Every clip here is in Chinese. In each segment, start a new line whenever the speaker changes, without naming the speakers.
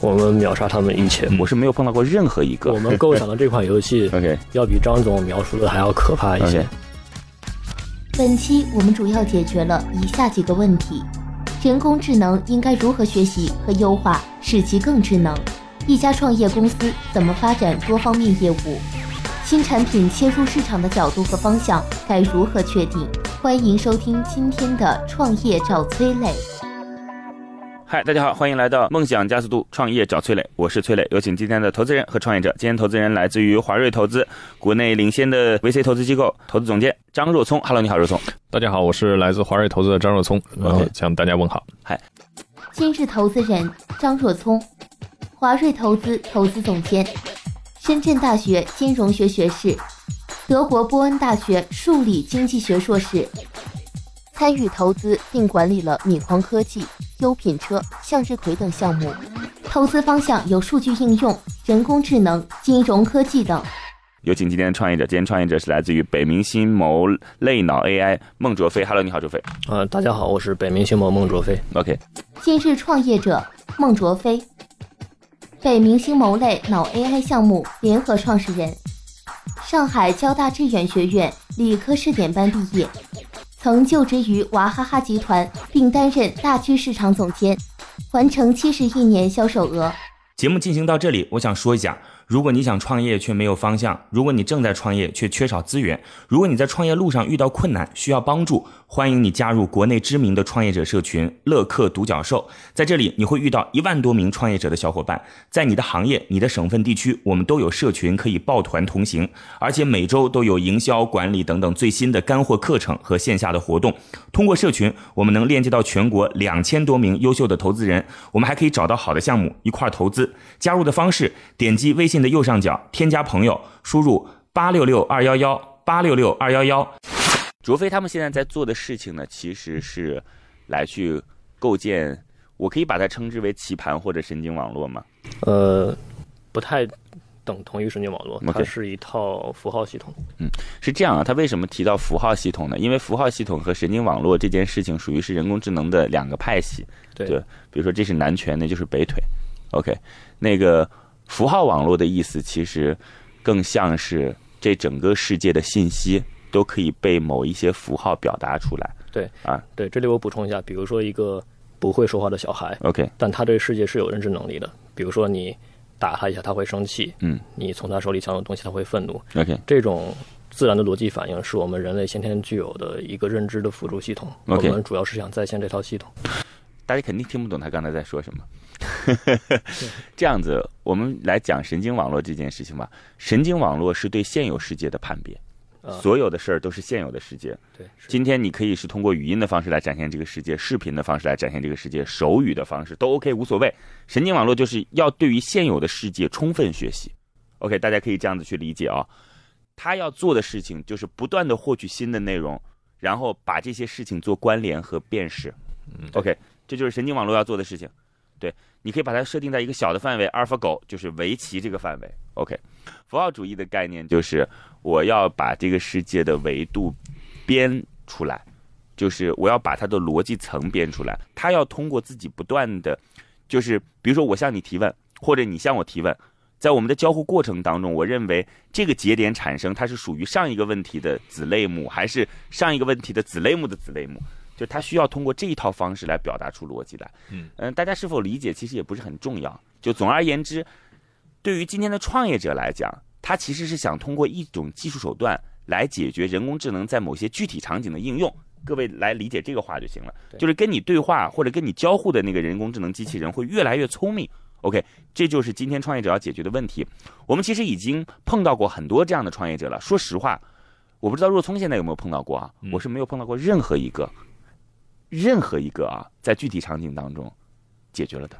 我们秒杀他们一切。
我是没有碰到过任何一个
我们构想的这款游 戏
OK
要比张总描述的还要可怕一些
OK。
本期我们主要解决了以下几个问题：人工智能应该如何学习和优化，使其更智能？一家创业公司怎么发展多方面业务？新产品切入市场的角度和方向该如何确定？欢迎收听今天的《创业找崔磊》。
嗨，大家好，欢迎来到梦想加速度创业找崔磊，我是崔磊，有请今天的投资人和创业者。今天投资人来自于华瑞投资，国内领先的 VC 投资机构，投资总监张若聪。Hello，你好，若聪。
大家好，我是来自华瑞投资的张若聪，嗯然后向大家问好。
今日投资人张若聪，华瑞投资投资总监，深圳大学金融学学士，德国波恩大学数理经济学硕士，参与投资并管理了米狂科技、优品车、向日葵等项目，投资方向有数据应用、人工智能、金融科技等。
有请今天的创业者，今天创业者是来自于北明星谋类脑 AI 孟卓飞。Hello，你好，卓飞。
啊、大家好，我是北明星某孟卓飞。
OK，
今日创业者孟卓飞，北明星谋类脑 AI 项目联合创始人，上海交大致远学院理科试点班毕业，曾就职于娃哈哈集团，并担任大区市场总监，完成七十亿年销售额。
节目进行到这里，我想说一下：如果你想创业却没有方向，如果你正在创业却缺少资源，如果你在创业路上遇到困难需要帮助，欢迎你加入国内知名的创业者社群“乐客独角兽”。在这里，你会遇到一万多名创业者的小伙伴，在你的行业、你的省份、地区，我们都有社群可以抱团同行，而且每周都有营销、管理等等最新的干货课程和线下的活动。通过社群，我们能链接到全国两千多名优秀的投资人，我们还可以找到好的项目一块儿投资。加入的方式，点击微信的右上角添加朋友，输入八六六二幺幺八六六二幺幺。
卓飞他们现在在做的事情呢，其实是来去构建，我可以把它称之为棋盘或者神经网络嘛。
呃，不太等同于神经网络
OK
它是一套符号系统。
是这样啊，他为什么提到符号系统呢？因为符号系统和神经网络这件事情属于是人工智能的两个派系。
对
对比如说这是南拳，那就是北腿。OK，那个符号网络的意思其实更像是这整个世界的信息都可以被某一些符号表达出来。
对，这里我补充一下，比如说一个不会说话的小孩，
OK，
但他对世界是有认知能力的。比如说你打他一下，他会生气；
嗯
你从他手里抢走东西，他会愤怒。
，OK，
这种自然的逻辑反应是我们人类先天具有的一个认知的辅助系统。
OK
我们主要是想再现这套系统。
大家肯定听不懂他刚才在说什 么。这样子，我们来讲神经网络这件事情吧。神经网络是对现有世界的判别，
啊
所有的事儿都是现有的世界。
对，是
今天你可以是通过语音的方式来展现这个世界，视频的方式来展现这个世界，手语的方式都 OK，无所谓。神经网络就是要对于现有的世界充分学习。OK，大家可以这样子去理解啊、他要做的事情就是不断的获取新的内容，然后把这些事情做关联和辨识。OK，这
嗯
就是神经网络要做的事情。对，你可以把它设定在一个小的范围，阿尔法狗就是围棋这个范围。OK，符号主义的概念就是我要把这个世界的维度编出来，就是我要把它的逻辑层编出来。他要通过自己不断的，就是比如说我向你提问，或者你向我提问，在我们的交互过程当中，我认为这个节点产生它是属于上一个问题的子类目，还是上一个问题的子类目的子类目？就它需要通过这一套方式来表达出逻辑来。
嗯
大家是否理解其实也不是很重要。就总而言之，对于今天的创业者来讲，他其实是想通过一种技术手段来解决人工智能在某些具体场景的应用。各位来理解这个话就行了，
对
就是跟你对话或者跟你交互的那个人工智能机器人会越来越聪明。OK，这就是今天创业者要解决的问题。我们其实已经碰到过很多这样的创业者了。说实话，我不知道若聪现在有没有碰到过啊，我是没有碰到过任何一个，任何一个啊，在具体场景当中解决了的。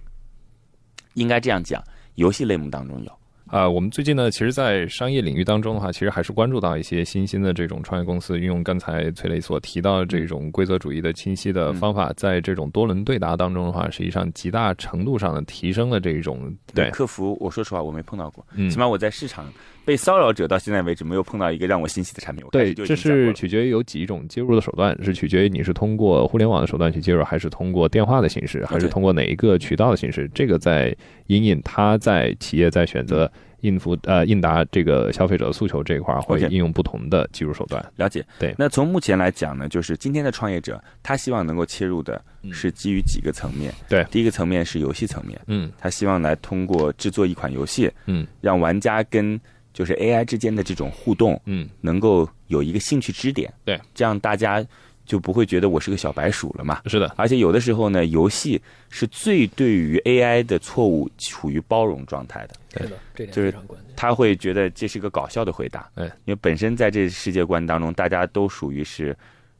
应该这样讲，游戏类目当中有，
啊、我们最近呢，其实，在商业领域当中的话，其实还是关注到一些新兴的这种创业公司，运用刚才崔磊所提到的这种规则主义的清晰
嗯
的方法，在这种多轮对答当中的话，实际上极大程度上的提升了这种对
客服，我说实话我没碰到过，
嗯
起码我在市场被骚扰者到现在为止没有碰到一个让我欣喜的产品。我开
对，
始就已
这
经讲过
是
了
取决于有几种接入的手段，是取决于你是通过互联网的手段去接入，还是通过电话的形式，还是
对
通过哪一个渠道的形式。这个在隐隐它在企业在选择应付呃应答这个消费者诉求这一块儿，会
OK
应用不同的技术手段。
了解。
对
那从目前来讲呢，就是今天的创业者，他希望能够切入的是基于几个层面。
嗯对
第一个层面是游戏层面，
嗯
他希望来通过制作一款游戏，
嗯，
让玩家跟就是 AI 之间的这种互动，
嗯
能够有一个兴趣支点。
对，
这样大家就不会觉得我是个小白鼠了嘛。
是的，
而且有的时候呢，游戏是最对于 AI 的错误处于包容状态的，
是的，这点
哎就是
非常关键。
他会觉得这是个搞笑的回答。
哎
因为本身在这世界观当中，大家都属于是，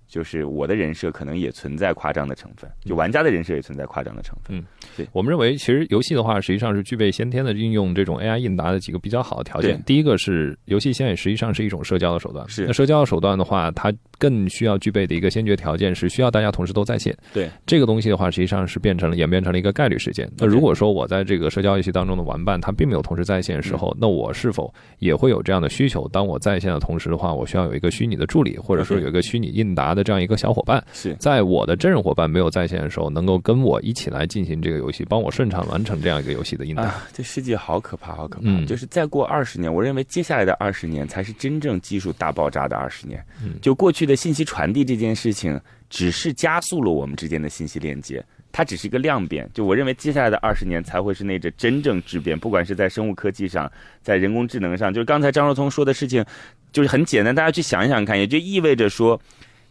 就是我的人设可能也存在夸张的成分，就玩家的人设也存在夸张的成分。
我们认为，其实游戏的话，实际上是具备先天的应用这种 AI 应答的几个比较好的条件
对。
第一个是游戏现在实际上是一种社交的手段，
是
那社交的手段的话，它更需要具备的一个先决条件是需要大家同时都在线。
对
这个东西的话，实际上是变成了演变成了一个概率事件。那如果说我在这个社交游戏当中的玩伴他并没有同时在线的时
嗯
候，那我是否也会有这样的需求？当我在线的同时的话，我需要有一个虚拟的助理，或者说
OK
有一个虚拟应答的这样一个小伙伴。
是
在我的真人伙伴没有在线的时候，能够跟我一起来进行这个游戏，帮我顺畅完成这样一个游戏的应答。
啊，这世界好可怕，好可怕！
嗯
就是再过二十年，我认为接下来的二十年才是真正技术大爆炸的二十年。
嗯
就过去的信息传递这件事情，只是加速了我们之间的信息链接，它只是一个量变。就我认为接下来的二十年才会是那阵真正质变，不管是在生物科技上，在人工智能上，就是刚才张若聪说的事情，就是很简单，大家去想一想看，也就意味着说。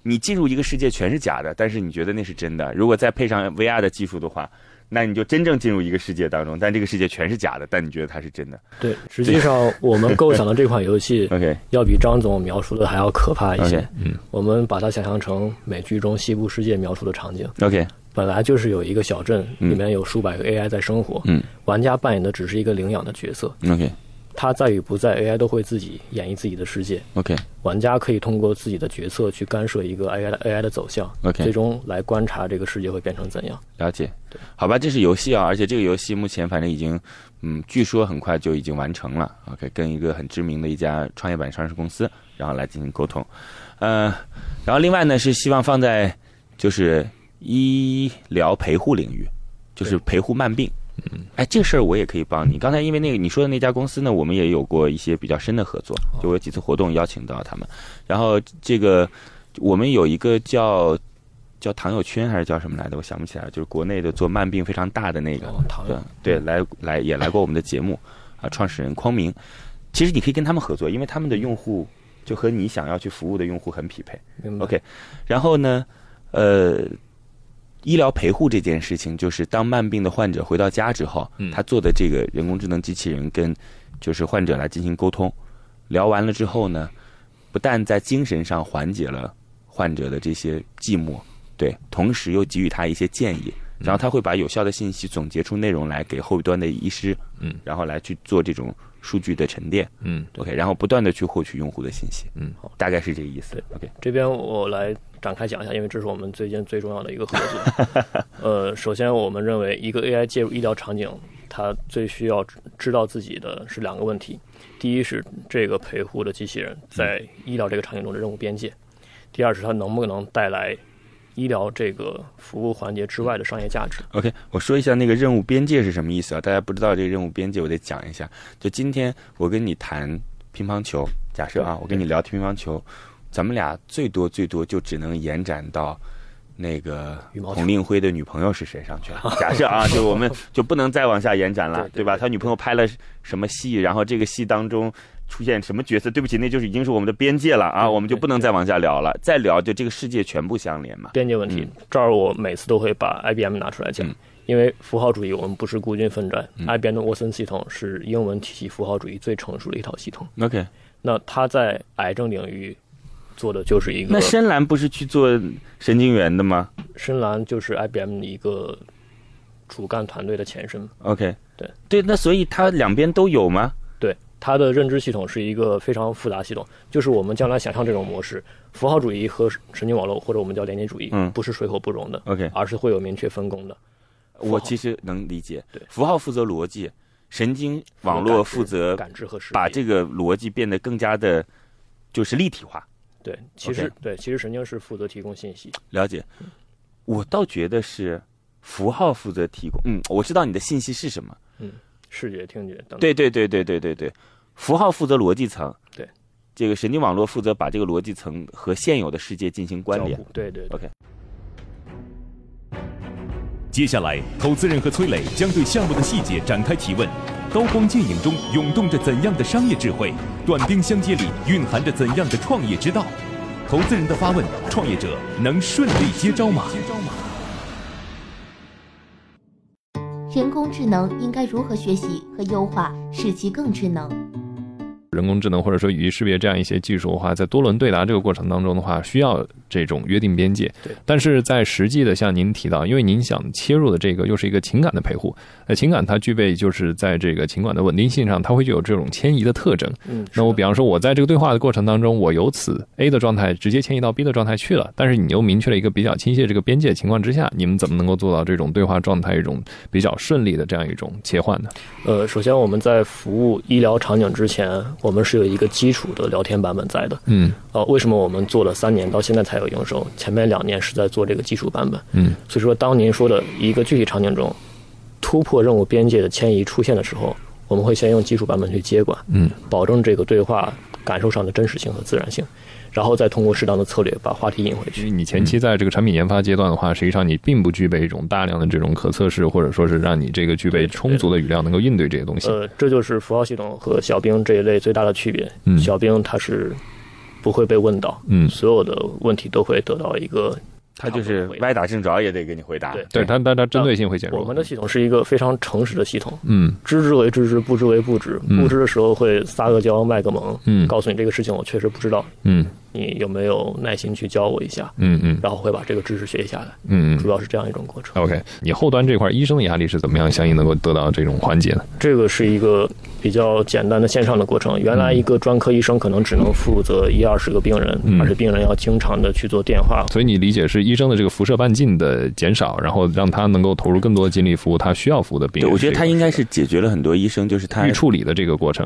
你进入一个世界全是假的，但是你觉得那是真的。如果再配上 VR 的技术的话，那你就真正进入一个世界当中，但这个世界全是假的，但你觉得它是真的。
对，实际上我们构想的这款游戏
OK，
要比张总描述的还要可怕一些。
OK
嗯，
我们把它想象成美剧中西部世界描述的场景，
OK，
本来就是有一个小镇，
嗯
里面有数百个 AI 在生活，
嗯
玩家扮演的只是一个领养的角色，
OK，
他在与不在，AI 都会自己演绎自己的世界。
OK，
玩家可以通过自己的角色去干涉一个 AI 的 AI 的走向
OK
最终来观察这个世界会变成怎样。
了解。好吧，这是游戏啊，而且这个游戏目前反正已经，嗯，据说很快就已经完成了。OK，跟一个很知名的一家创业板上市公司，然后来进行沟通。呃，然后另外呢是希望放在就是医疗陪护领域，就是陪护慢病。哎，这个事儿我也可以帮你。刚才因为那个你说的那家公司呢，我们也有过一些比较深的合作，就我有几次活动邀请到他们。然后这个我们有一个叫叫糖友圈还是叫什么来的，我想不起来了，就是国内的做慢病非常大的那个，
哦，唐
对对，来来也来过我们的节目啊，创始人匡明。其实你可以跟他们合作，因为他们的用户就和你想要去服务的用户很匹配。
明白
OK，然后呢，呃，医疗陪护这件事情，就是当慢病的患者回到家之后，
嗯
他做的这个人工智能机器人跟就是患者来进行沟通，聊完了之后呢，不但在精神上缓解了患者的这些寂寞，对，同时又给予他一些建议。
嗯
然后他会把有效的信息总结出内容来给后端的医师，
嗯，
然后来去做这种数据的沉淀
嗯，
，OK，然后不断的去获取用户的信息，
嗯，
大概是这个意思，OK，
这边我来展开讲一下，因为这是我们最近最重要的一个合作。 呃，首先我们认为一个 AI 介入医疗场景，它最需要知知道自己的是两个问题：第一是这个陪护的机器人
嗯
在医疗这个场景中的任务边界；第二是它能不能带来医疗这个服务环节之外的商业价值。
OK，我说一下那个任务边界是什么意思啊？大家不知道这个任务边界，我得讲一下。就今天我跟你谈乒乓球，假设啊，我跟你聊乒乓球，咱们俩最多最多就只能延展到那个
羽毛球
孔令辉的女朋友是谁上去 了。假设啊，就我们就不能再往下延展了，
对对
对吧？他女朋友拍了什么戏，然后这个戏当中出现什么角色？对不起，那就是已经是我们的边界了啊，我们就不能再往下聊了。再聊就这个世界全部相连嘛。
边界问题，这儿我每次都会把 IBM 拿出来讲，
嗯
因为符号主义我们不是孤军奋战、i b m 的沃森系统是英文体系符号主义最成熟的一套系统。
OK，
那他在癌症领域做的就是一个
那，深蓝不是去做神经元的吗？
深蓝就是 IBM 的一个主干团队的前身。
OK，
对
对，那所以它两边都有吗？
对它的认知系统是一个非常复杂系统，就是我们将来想象这种模式，符号主义和神经网络或者我们叫连接主义，
嗯
不是水火不容的，
OK，
而是会有明确分工的。
我其实能理解
对，
符号负责逻辑，神经网络负责
感知和识别，
把这个逻辑变得更加的，就是立体化。
对，其实对，其实神经是负责提供信息，
了解，我倒觉得是符号负责提供。嗯，我知道你的信息是什么。
嗯视觉、听觉等等。
对对对对对对对，符号负责逻辑层。
对，
这个神经网络负责把这个逻辑层和现有的世界进行关
交
联。
互对对对。
接下来，投资人和崔磊将对项目的细节展开提问。刀光剑影中涌动着怎样的商业智慧？短兵相接里蕴含着怎样的创业之道？投资人的发问，创业者能顺利接招吗？
人工智能应该如何学习和优化，使其更智能？
人工智能或者说语义识别这样一些技术的话，在多轮对答这个过程当中的话，需要这种约定边界
对。
但是在实际的，像您提到，因为您想切入的这个又是一个情感的陪护，那情感它具备就是在这个情感的稳定性上，它会具有这种迁移的特征。
嗯，
那我
是的
比方说，我在这个对话的过程当中，我由此 A 的状态直接迁移到 B 的状态去了，但是你又明确了一个比较清晰的这个边界的情况之下，你们怎么能够做到这种对话状态一种比较顺利的这样一种切换呢？
呃，首先我们在服务医疗场景之前，我们是有一个基础的聊天版本在的。
嗯
呃，为什么我们做了三年，到现在才有营收？前面两年是在做这个基础版本。
嗯，
所以说，当您说的一个具体场景中，突破任务边界的迁移出现的时候，我们会先用基础版本去接管，
嗯，
保证这个对话感受上的真实性和自然性，然后再通过适当的策略把话题引回
因
去。
为你前期在这个产品研发阶段的话，实际上你并不具备一种大量的这种可测试，或者说是让你这个具备充足的语料能够应对这些东西。
呃，这就是符号系统和小兵这一类最大的区别。
嗯
小兵它是不会被问到，
嗯
所有的问题都会得到一个
他就是歪打正着也得给你回答。
对
对它，但它针对性会减
我
弱
们。的系统是一个非常诚实的系统，
嗯
知之为知之，不知为不知。
嗯
不知的时候会撒个娇卖个萌，
嗯
告诉你这个事情我确实不知道，
嗯
你有没有耐心去教我一下？
嗯嗯
然后会把这个知识学习下来，
嗯
主
嗯。
要是这样一种过程。
OK，你后端这块医生的压力是怎么样相应能够得到这种缓解的？
这个是一个比较简单的线上的过程。原来一个专科医生可能只能负责一二十个病人，
嗯
而且病人要经常的去做电话。
所以你理解是医生的这个辐射半径的减少，然后让他能够投入更多的精力服务他需要服务的病
对，
人。
我觉得他
这个
应该是解决了很多医生，就是他
预处理的这个过程。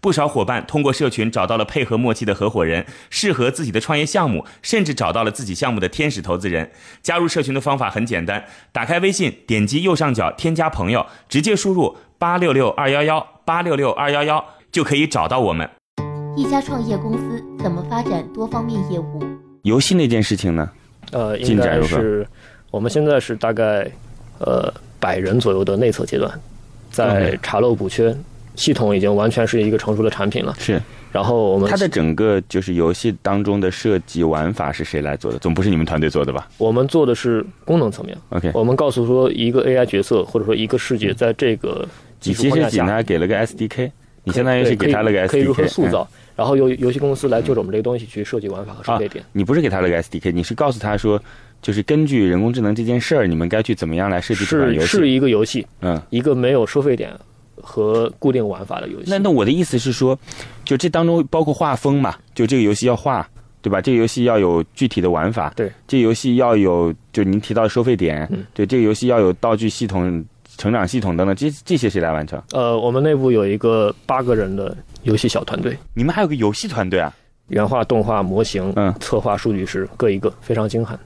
不少伙伴通过社群找到了配合默契的合伙人，适合自己的创业项目，甚至找到了自己项目的天使投资人。加入社群的方法很简单，打开微信，点击右上角添加朋友，直接输入八六六二幺幺八六六二幺幺就可以找到我们。
一家创业公司怎么发展多方面业务？
游戏那件事情呢？
呃，应
进展
该
如何
是我们现在是大概呃百人左右的内测阶段，在
OK
查漏补缺，系统已经完全是一个成熟的产品了。
是
然后我们
它的整个就是游戏当中的设计玩法是谁来做的？总不是你们团队做的吧
我们做的是功能层面，
？OK，
我们告诉说一个 AI 角色或者说一个视觉在这个技
嗯你
术
其
框
实
架
给
下，
他给了个 SDK，你相当于
对
是
可
给
以
他了个 SDK，
可以如何塑
嗯
造，然后由游戏公司来就着我们这个东西去设计玩法和设备点。
你不是给他了个 SDK，你是告诉他说，就是根据人工智能这件事儿，你们该去怎么样来设计这款
是
游
是
戏。
一个游戏，
嗯，
一个没有收费点和固定玩法的游戏。
那那我的意思是说，就这当中包括画风嘛，就这个游戏要画，对吧？这个游戏要有具体的玩法，
对，
这个游戏要有就您提到的收费点，
嗯
对，这个游戏要有道具系统、成长系统等等，这这些谁来完成？
呃，我们内部有一个八个人的游戏小团队，
你们还有个游戏团队啊？
原画、动画、模型、
嗯
策划、数据师各一个，非常精悍。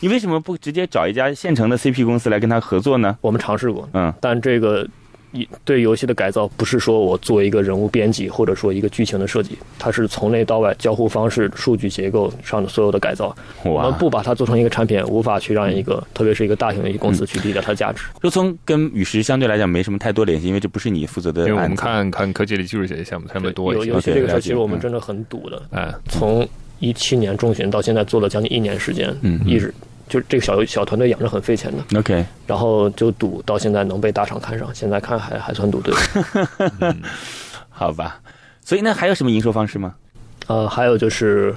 你为什么不直接找一家现成的 CP 公司来跟他合作呢？
我们尝试过，
嗯，
但这个一对游戏的改造不是说我做一个人物编辑或者说一个剧情的设计，它是从内到外交互方式、数据结构上的所有的改造。我
哇
们，不把它做成一个产品，无法去让一个，特别是一个大型的公司
嗯
去理解它的价值。
周聪跟与时相对来讲没什么太多联系，因为这不是你负责的案
因为
子。
我们看看科技类技术写项目相对多
有
一些
游。戏这个事儿，
了
其
解
实我们
嗯
真的很堵的，
哎，
从一七年中旬到现在做了将近一年时间，
嗯
一直就这个小小团队养着很费钱的，
OK，
然后就赌到现在能被大厂看上，现在看还还算赌 对。
好吧。所以那还有什么营收方式吗？
呃，还有就是，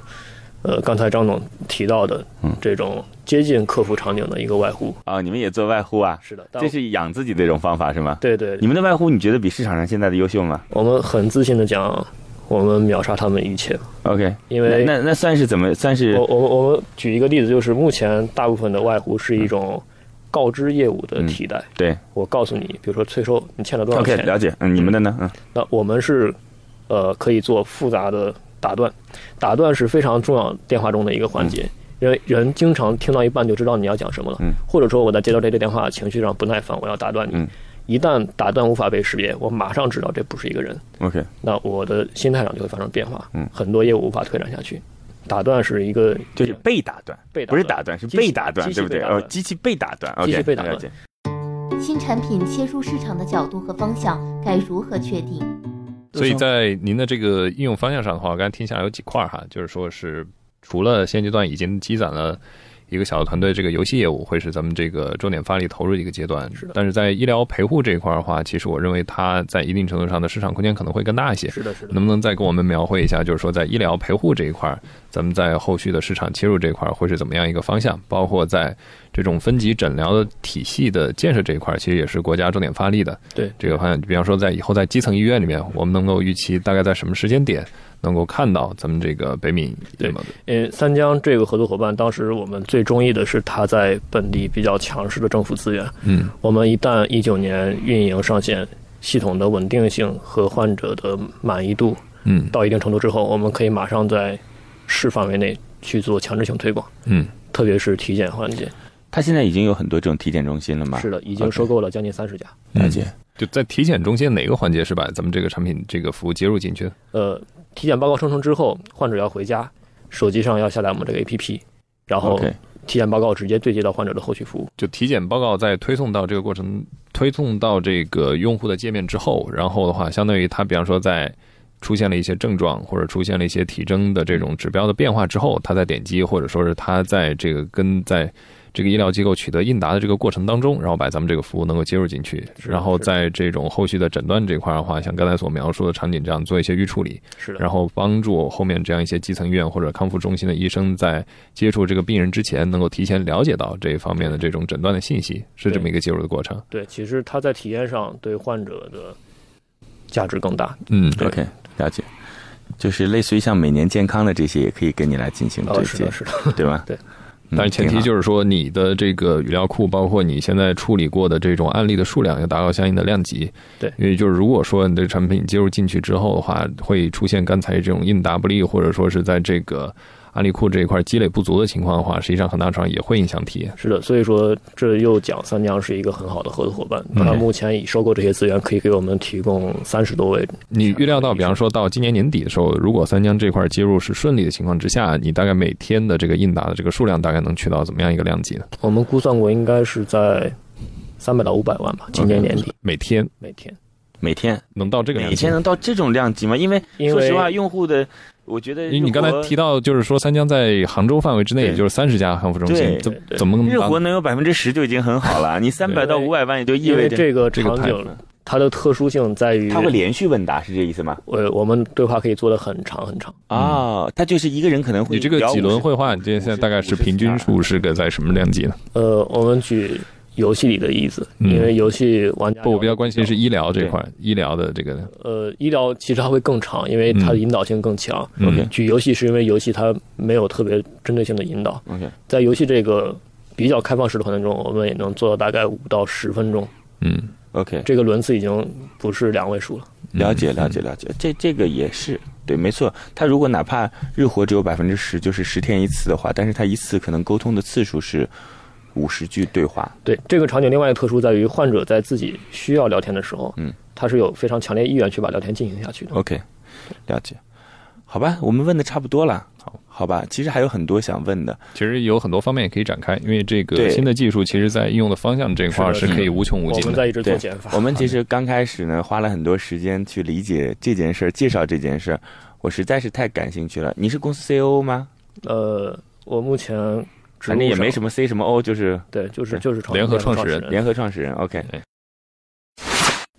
呃，刚才张总提到的
嗯
这种接近客服场景的一个外呼，
啊、你们也做外呼啊？
是的，但
这是养自己的一种方法是吗？
对对
你，们的外呼你觉得比市场上现在的优秀吗
我们很自信的讲，我们秒杀他们一切。
？OK，
因为
那那那算是怎么算是
我我们我们举一个例子，就是目前大部分的外呼是一种告知业务的替代。
嗯对
我告诉你，比如说催收你欠了多少
OK
钱
了解？嗯，你们的呢？嗯，
那我们是呃可以做复杂的打断，打断是非常重要电话中的一个环节。因为人经常听到一半就知道你要讲什么了，
嗯
或者说我在接到这类电话，情绪上不耐烦，我要打断你。
嗯
一旦打断无法被识别，我马上知道这不是一个人，
OK，
那我的心态上就会发生变化，
嗯
很多业务无法推展下去。打断是一个
就是被打断，
被打断
不是打断，是
机器
被打断，
机器
对不对？
被打断
哦，机器被打断，OK，
机器被打断
了解。
新产品切入市场的角度和方向该如何确定？
所以在您的这个应用方向上的话，我刚才听下来有几块儿哈，就是说是除了现阶段已经积攒了一个小的团队，这个游戏业务会是咱们这个重点发力投入的一个阶段。
是的
但是在医疗陪护这一块儿的话，其实我认为它在一定程度上的市场空间可能会更大一些。
是的，是的
能，不能再跟我们描绘一下，就是说在医疗陪护这一块儿，咱们在后续的市场切入这一块儿会是怎么样一个方向？包括在这种分级诊疗的体系的建设这一块儿，其实也是国家重点发力的。
对
这个方向，比方说在以后在基层医院里面，我们能够预期大概在什么时间点能够看到咱们这个北闽
对
那么
呃，三江这个合作伙伴，当时我们最中意的是他在本地比较强势的政府资源，
嗯
我们一旦一九年运营上线，系统的稳定性和患者的满意度
嗯
到一定程度之后，我们可以马上在市范围内去做强制性推广，
嗯
特别是体检环节。
他现在已经有很多这种体检中心了嘛？
是的，已经
OK
收购了将近三十家。
嗯
了解。
就在体检中间哪个环节是把咱们这个产品这个服务接入进去的？
呃，体检报告生成之后，患者要回家，手机上要下载我们这个 APP，然后
OK，
体检报告直接对接到患者的后续服务。
就体检报告在推送到这个过程，推送到这个用户的界面之后，然后的话，相当于他比方说在出现了一些症状或者出现了一些体征的这种指标的变化之后，他再点击或者说是他在这个跟在这个医疗机构取得应答的这个过程当中，然后把咱们这个服务能够接入进去，
是的
然后
是的
在这种后续的诊断这块儿的话，像刚才所描述的场景这样做一些预处理，
是的，
然后帮助后面这样一些基层医院或者康复中心的医生在接触这个病人之前，能够提前了解到这一方面的这种诊断的信息，是这么一个介入的过程。
对，其实它在体验上对患者的价值更大。
嗯，
对
OK，了解。就是类似于像每年健康的这些，也可以跟你来进行对
哦，是
接
的，，是的。
对吧？
对
嗯。
但是前提
挺好
就是说，你的这个语料库，包括你现在处理过的这种案例的数量，要达到相应的量级。
对
因为就是如果说你的产品接入进去之后的话，会出现刚才这种应答不力，或者说是在这个案例库这一块积累不足的情况的话，实际上很大程度上也会影响体验。
是的，所以说这又讲三江是一个很好的合作伙伴。
嗯
那目前已收购这些资源，可以给我们提供三十多位。
你预料到，比方说到今年年底的时候，如果三江这块接入是顺利的情况之下，你大概每天的这个应答的这个数量大概能去到怎么样一个量级呢？
我们估算过，应该是在三百到五百万吧，今年年底
每天
每天。
每天
能到这个量
每
级
天
吗？
能到这种量级吗？因为
因
说实话，
为
用户的，我觉得
因为你刚才提
到
到，就是说三江在杭州范围之内，
对
也就是三十家康复中心
对，
怎
对
怎么能
日活
把
能有百分之十就已经很好了，你三百到五百万也就意
因为
味着
这个
这个
场
太
景，它的特殊性在于
他，会连续问答，是这意思吗？
呃，我们对话可以做得很长很长。
啊，他就是一个人可能会
嗯你这个
聊
几
50
轮绘画，你这现在大概是平均数是个在什么量级呢？
呃，我们举游戏里的例子，
嗯
因为游戏玩家
不，我比较关心是医疗这
对
块，医疗的这个
呃医疗其实它会更长，因为它的
嗯
引导性更强。
嗯
OK
举游戏是因为游戏它没有特别针对性的引导，
OK，
在游戏这个比较开放式的环境中，我们也能做到大概五到十分钟，
嗯，
OK，
这个轮次已经不是两位数了。
了
嗯
解了解了解，这这个也是对，没错。他如果哪怕日活只有百分之十，就是十天一次的话，但是他一次可能沟通的次数是五十句对话，
对这个场景，另外一个特殊在于，患者在自己需要聊天的时候，
嗯，
他是有非常强烈意愿去把聊天进行下去的。
OK，了解。好吧，我们问的差不多了。好，好吧，其实还有很多想问的。
其实有很多方面也可以展开，因为这个
对
新的技术，其实在应用的方向这块儿
是
是
的
可以无穷无
我
尽
们
的。
在一直做
对
减法，，
我们其实刚开始呢，花了很多时间去理解这件事儿，介绍这件事儿，我实在是太感兴趣了。你是公司 COO 吗？
呃，我目前植
E 反正
入
也
上
没什么 C 什么 O，就是
对，就是就是创
联合创始
始
人
人
联合创始人。OK，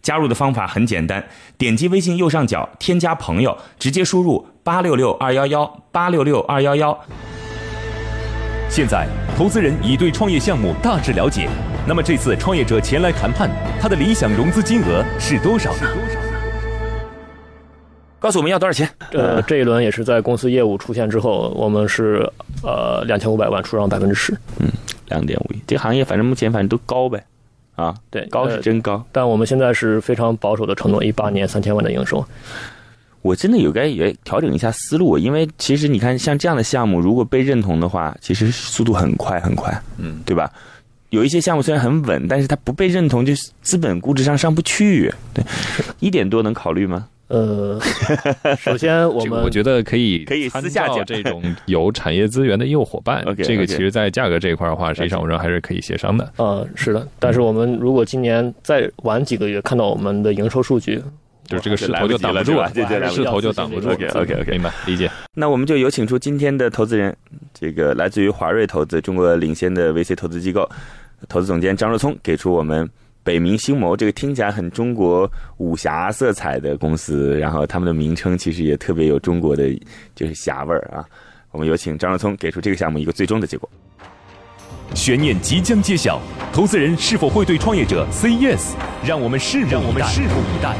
加入的方法很简单，点击微信右上角添加朋友，直接输入八六六二幺幺八六六二幺幺。
现在，投资人已对创业项目大致了解。那么这次创业者前来谈判，他的理想融资金额是多少呢？
告诉我们要多少钱？
呃，这一轮也是在公司业务出现之后，我们是呃两千五百万出让百分之十，
两点五亿，这个行业反正目前反正都高呗，啊，
对，
高是
呃
真高。
但我们现在是非常保守的承诺，一八年三千万的营收。
我真的有该也调整一下思路，因为其实你看，像这样的项目，如果被认同的话，其实速度很快很快，嗯，对吧？有一些项目虽然很稳，但是它不被认同，就是资本估值上上不去。对，一点多能考虑吗？
呃，首先我
这个
们
我觉得可以
可以私下
参照
讲
这种有产业资源的业务伙 伴
OK，OK，
这个其实在价格这一块的话，实际上我认为还是可以协商的。
呃是的，但是我们如果今年再晚几个月看到我们的营收数据，
就是这个
这
势
来
头
不
就
及
挡
了
不住
对吧
了，
这这来不及
势头就挡不住了。
OK OK OK。
明白，理解。
那我们就有请出今天的投资人，这个来自于华瑞投资中国领先的 VC 投资机构，投资总监张若聪给出我们北冥星谋这个听起来很中国武侠色彩的公司，然后他们的名称其实也特别有中国的就是侠味儿啊。我们有请张若聪给出这个项目一个最终的结果。
悬念即将揭晓，投资人是否会对创业者 say yes？让我们拭目以待。以待。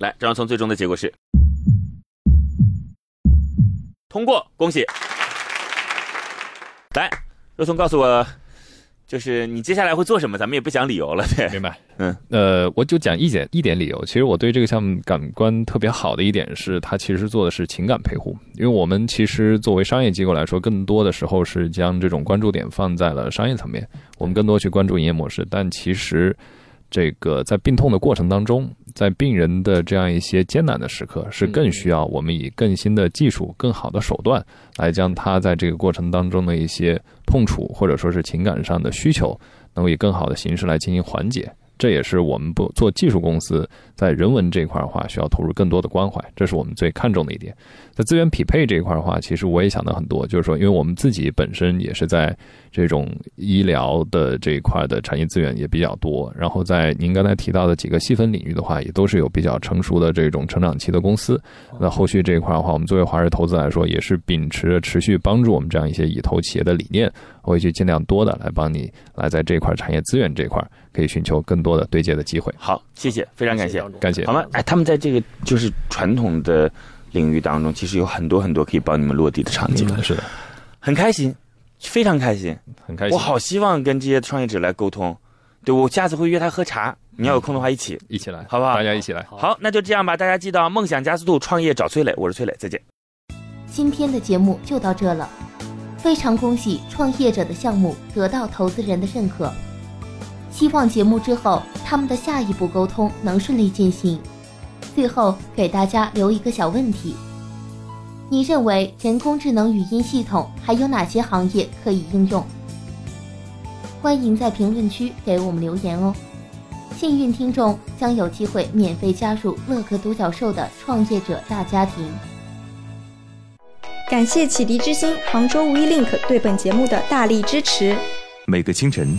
来，张若聪最终的结果是通过，恭喜！来，若聪告诉我，就是你接下来会做什么？咱们也不讲理由了，对。
明白。
嗯，
呃，我就讲一点一点理由。其实我对这个项目感官特别好的一点是，它其实做的是情感陪护。因为我们其实作为商业机构来说，更多的时候是将这种关注点放在了商业层面，我们更多去关注营业模式。但其实，这个在病痛的过程当中，在病人的这样一些艰难的时刻，是更需要我们以更新的技术、更好的手段，来将他在这个过程当中的一些痛楚或者说是情感上的需求，能够以更好的形式来进行缓解。这也是我们不做技术公司在人文这一块儿的话，需要投入更多的关怀，这是我们最看重的一点。在资源匹配这一块儿的话，其实我也想到很多，就是说，因为我们自己本身也是在这种医疗的这一块的产业资源也比较多，然后在您刚才提到的几个细分领域的话，也都是有比较成熟的这种成长期的公司。
哦
那后续这一块儿的话，我们作为华瑞投资来说，也是秉持着持续帮助我们这样一些以投企业的理念，会去尽量多的来帮你来在这一块儿产业资源这一块儿可以寻求更多的对接的机会。
好，谢谢，非常感谢。
张总
感谢
好吗？哎，他们在这个就是传统的领域当中，其实有很多很多可以帮你们落嗯地的场景，
嗯是的，
很开心，非常开心。
很开心。
我好希望跟这些创业者来沟通，对我下次会约他喝茶，你要有空的话一起。
一起来，
好不好
大家一起来。
嗯好，那就这样吧，大家记到梦想加速度，创业找崔磊，我是崔磊，再见。
今天的节目就到这了，非常恭喜创业者的项目得到投资人的认可，希望节目之后他们的下一步沟通能顺利进行。最后给大家留一个小问题：你认为人工智能语音系统还有哪些行业可以应用？欢迎在评论区给我们留言哦，幸运听众将有机会免费加入乐客独角兽的创业者大家庭。
感谢启迪之星、杭州无一 link 对本节目的大力支持。
每个清晨，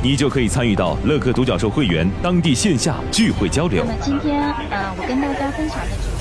你就可以参与到乐客独角兽会员当地线下聚会交流
那。么今天呃，我跟大家分享的主题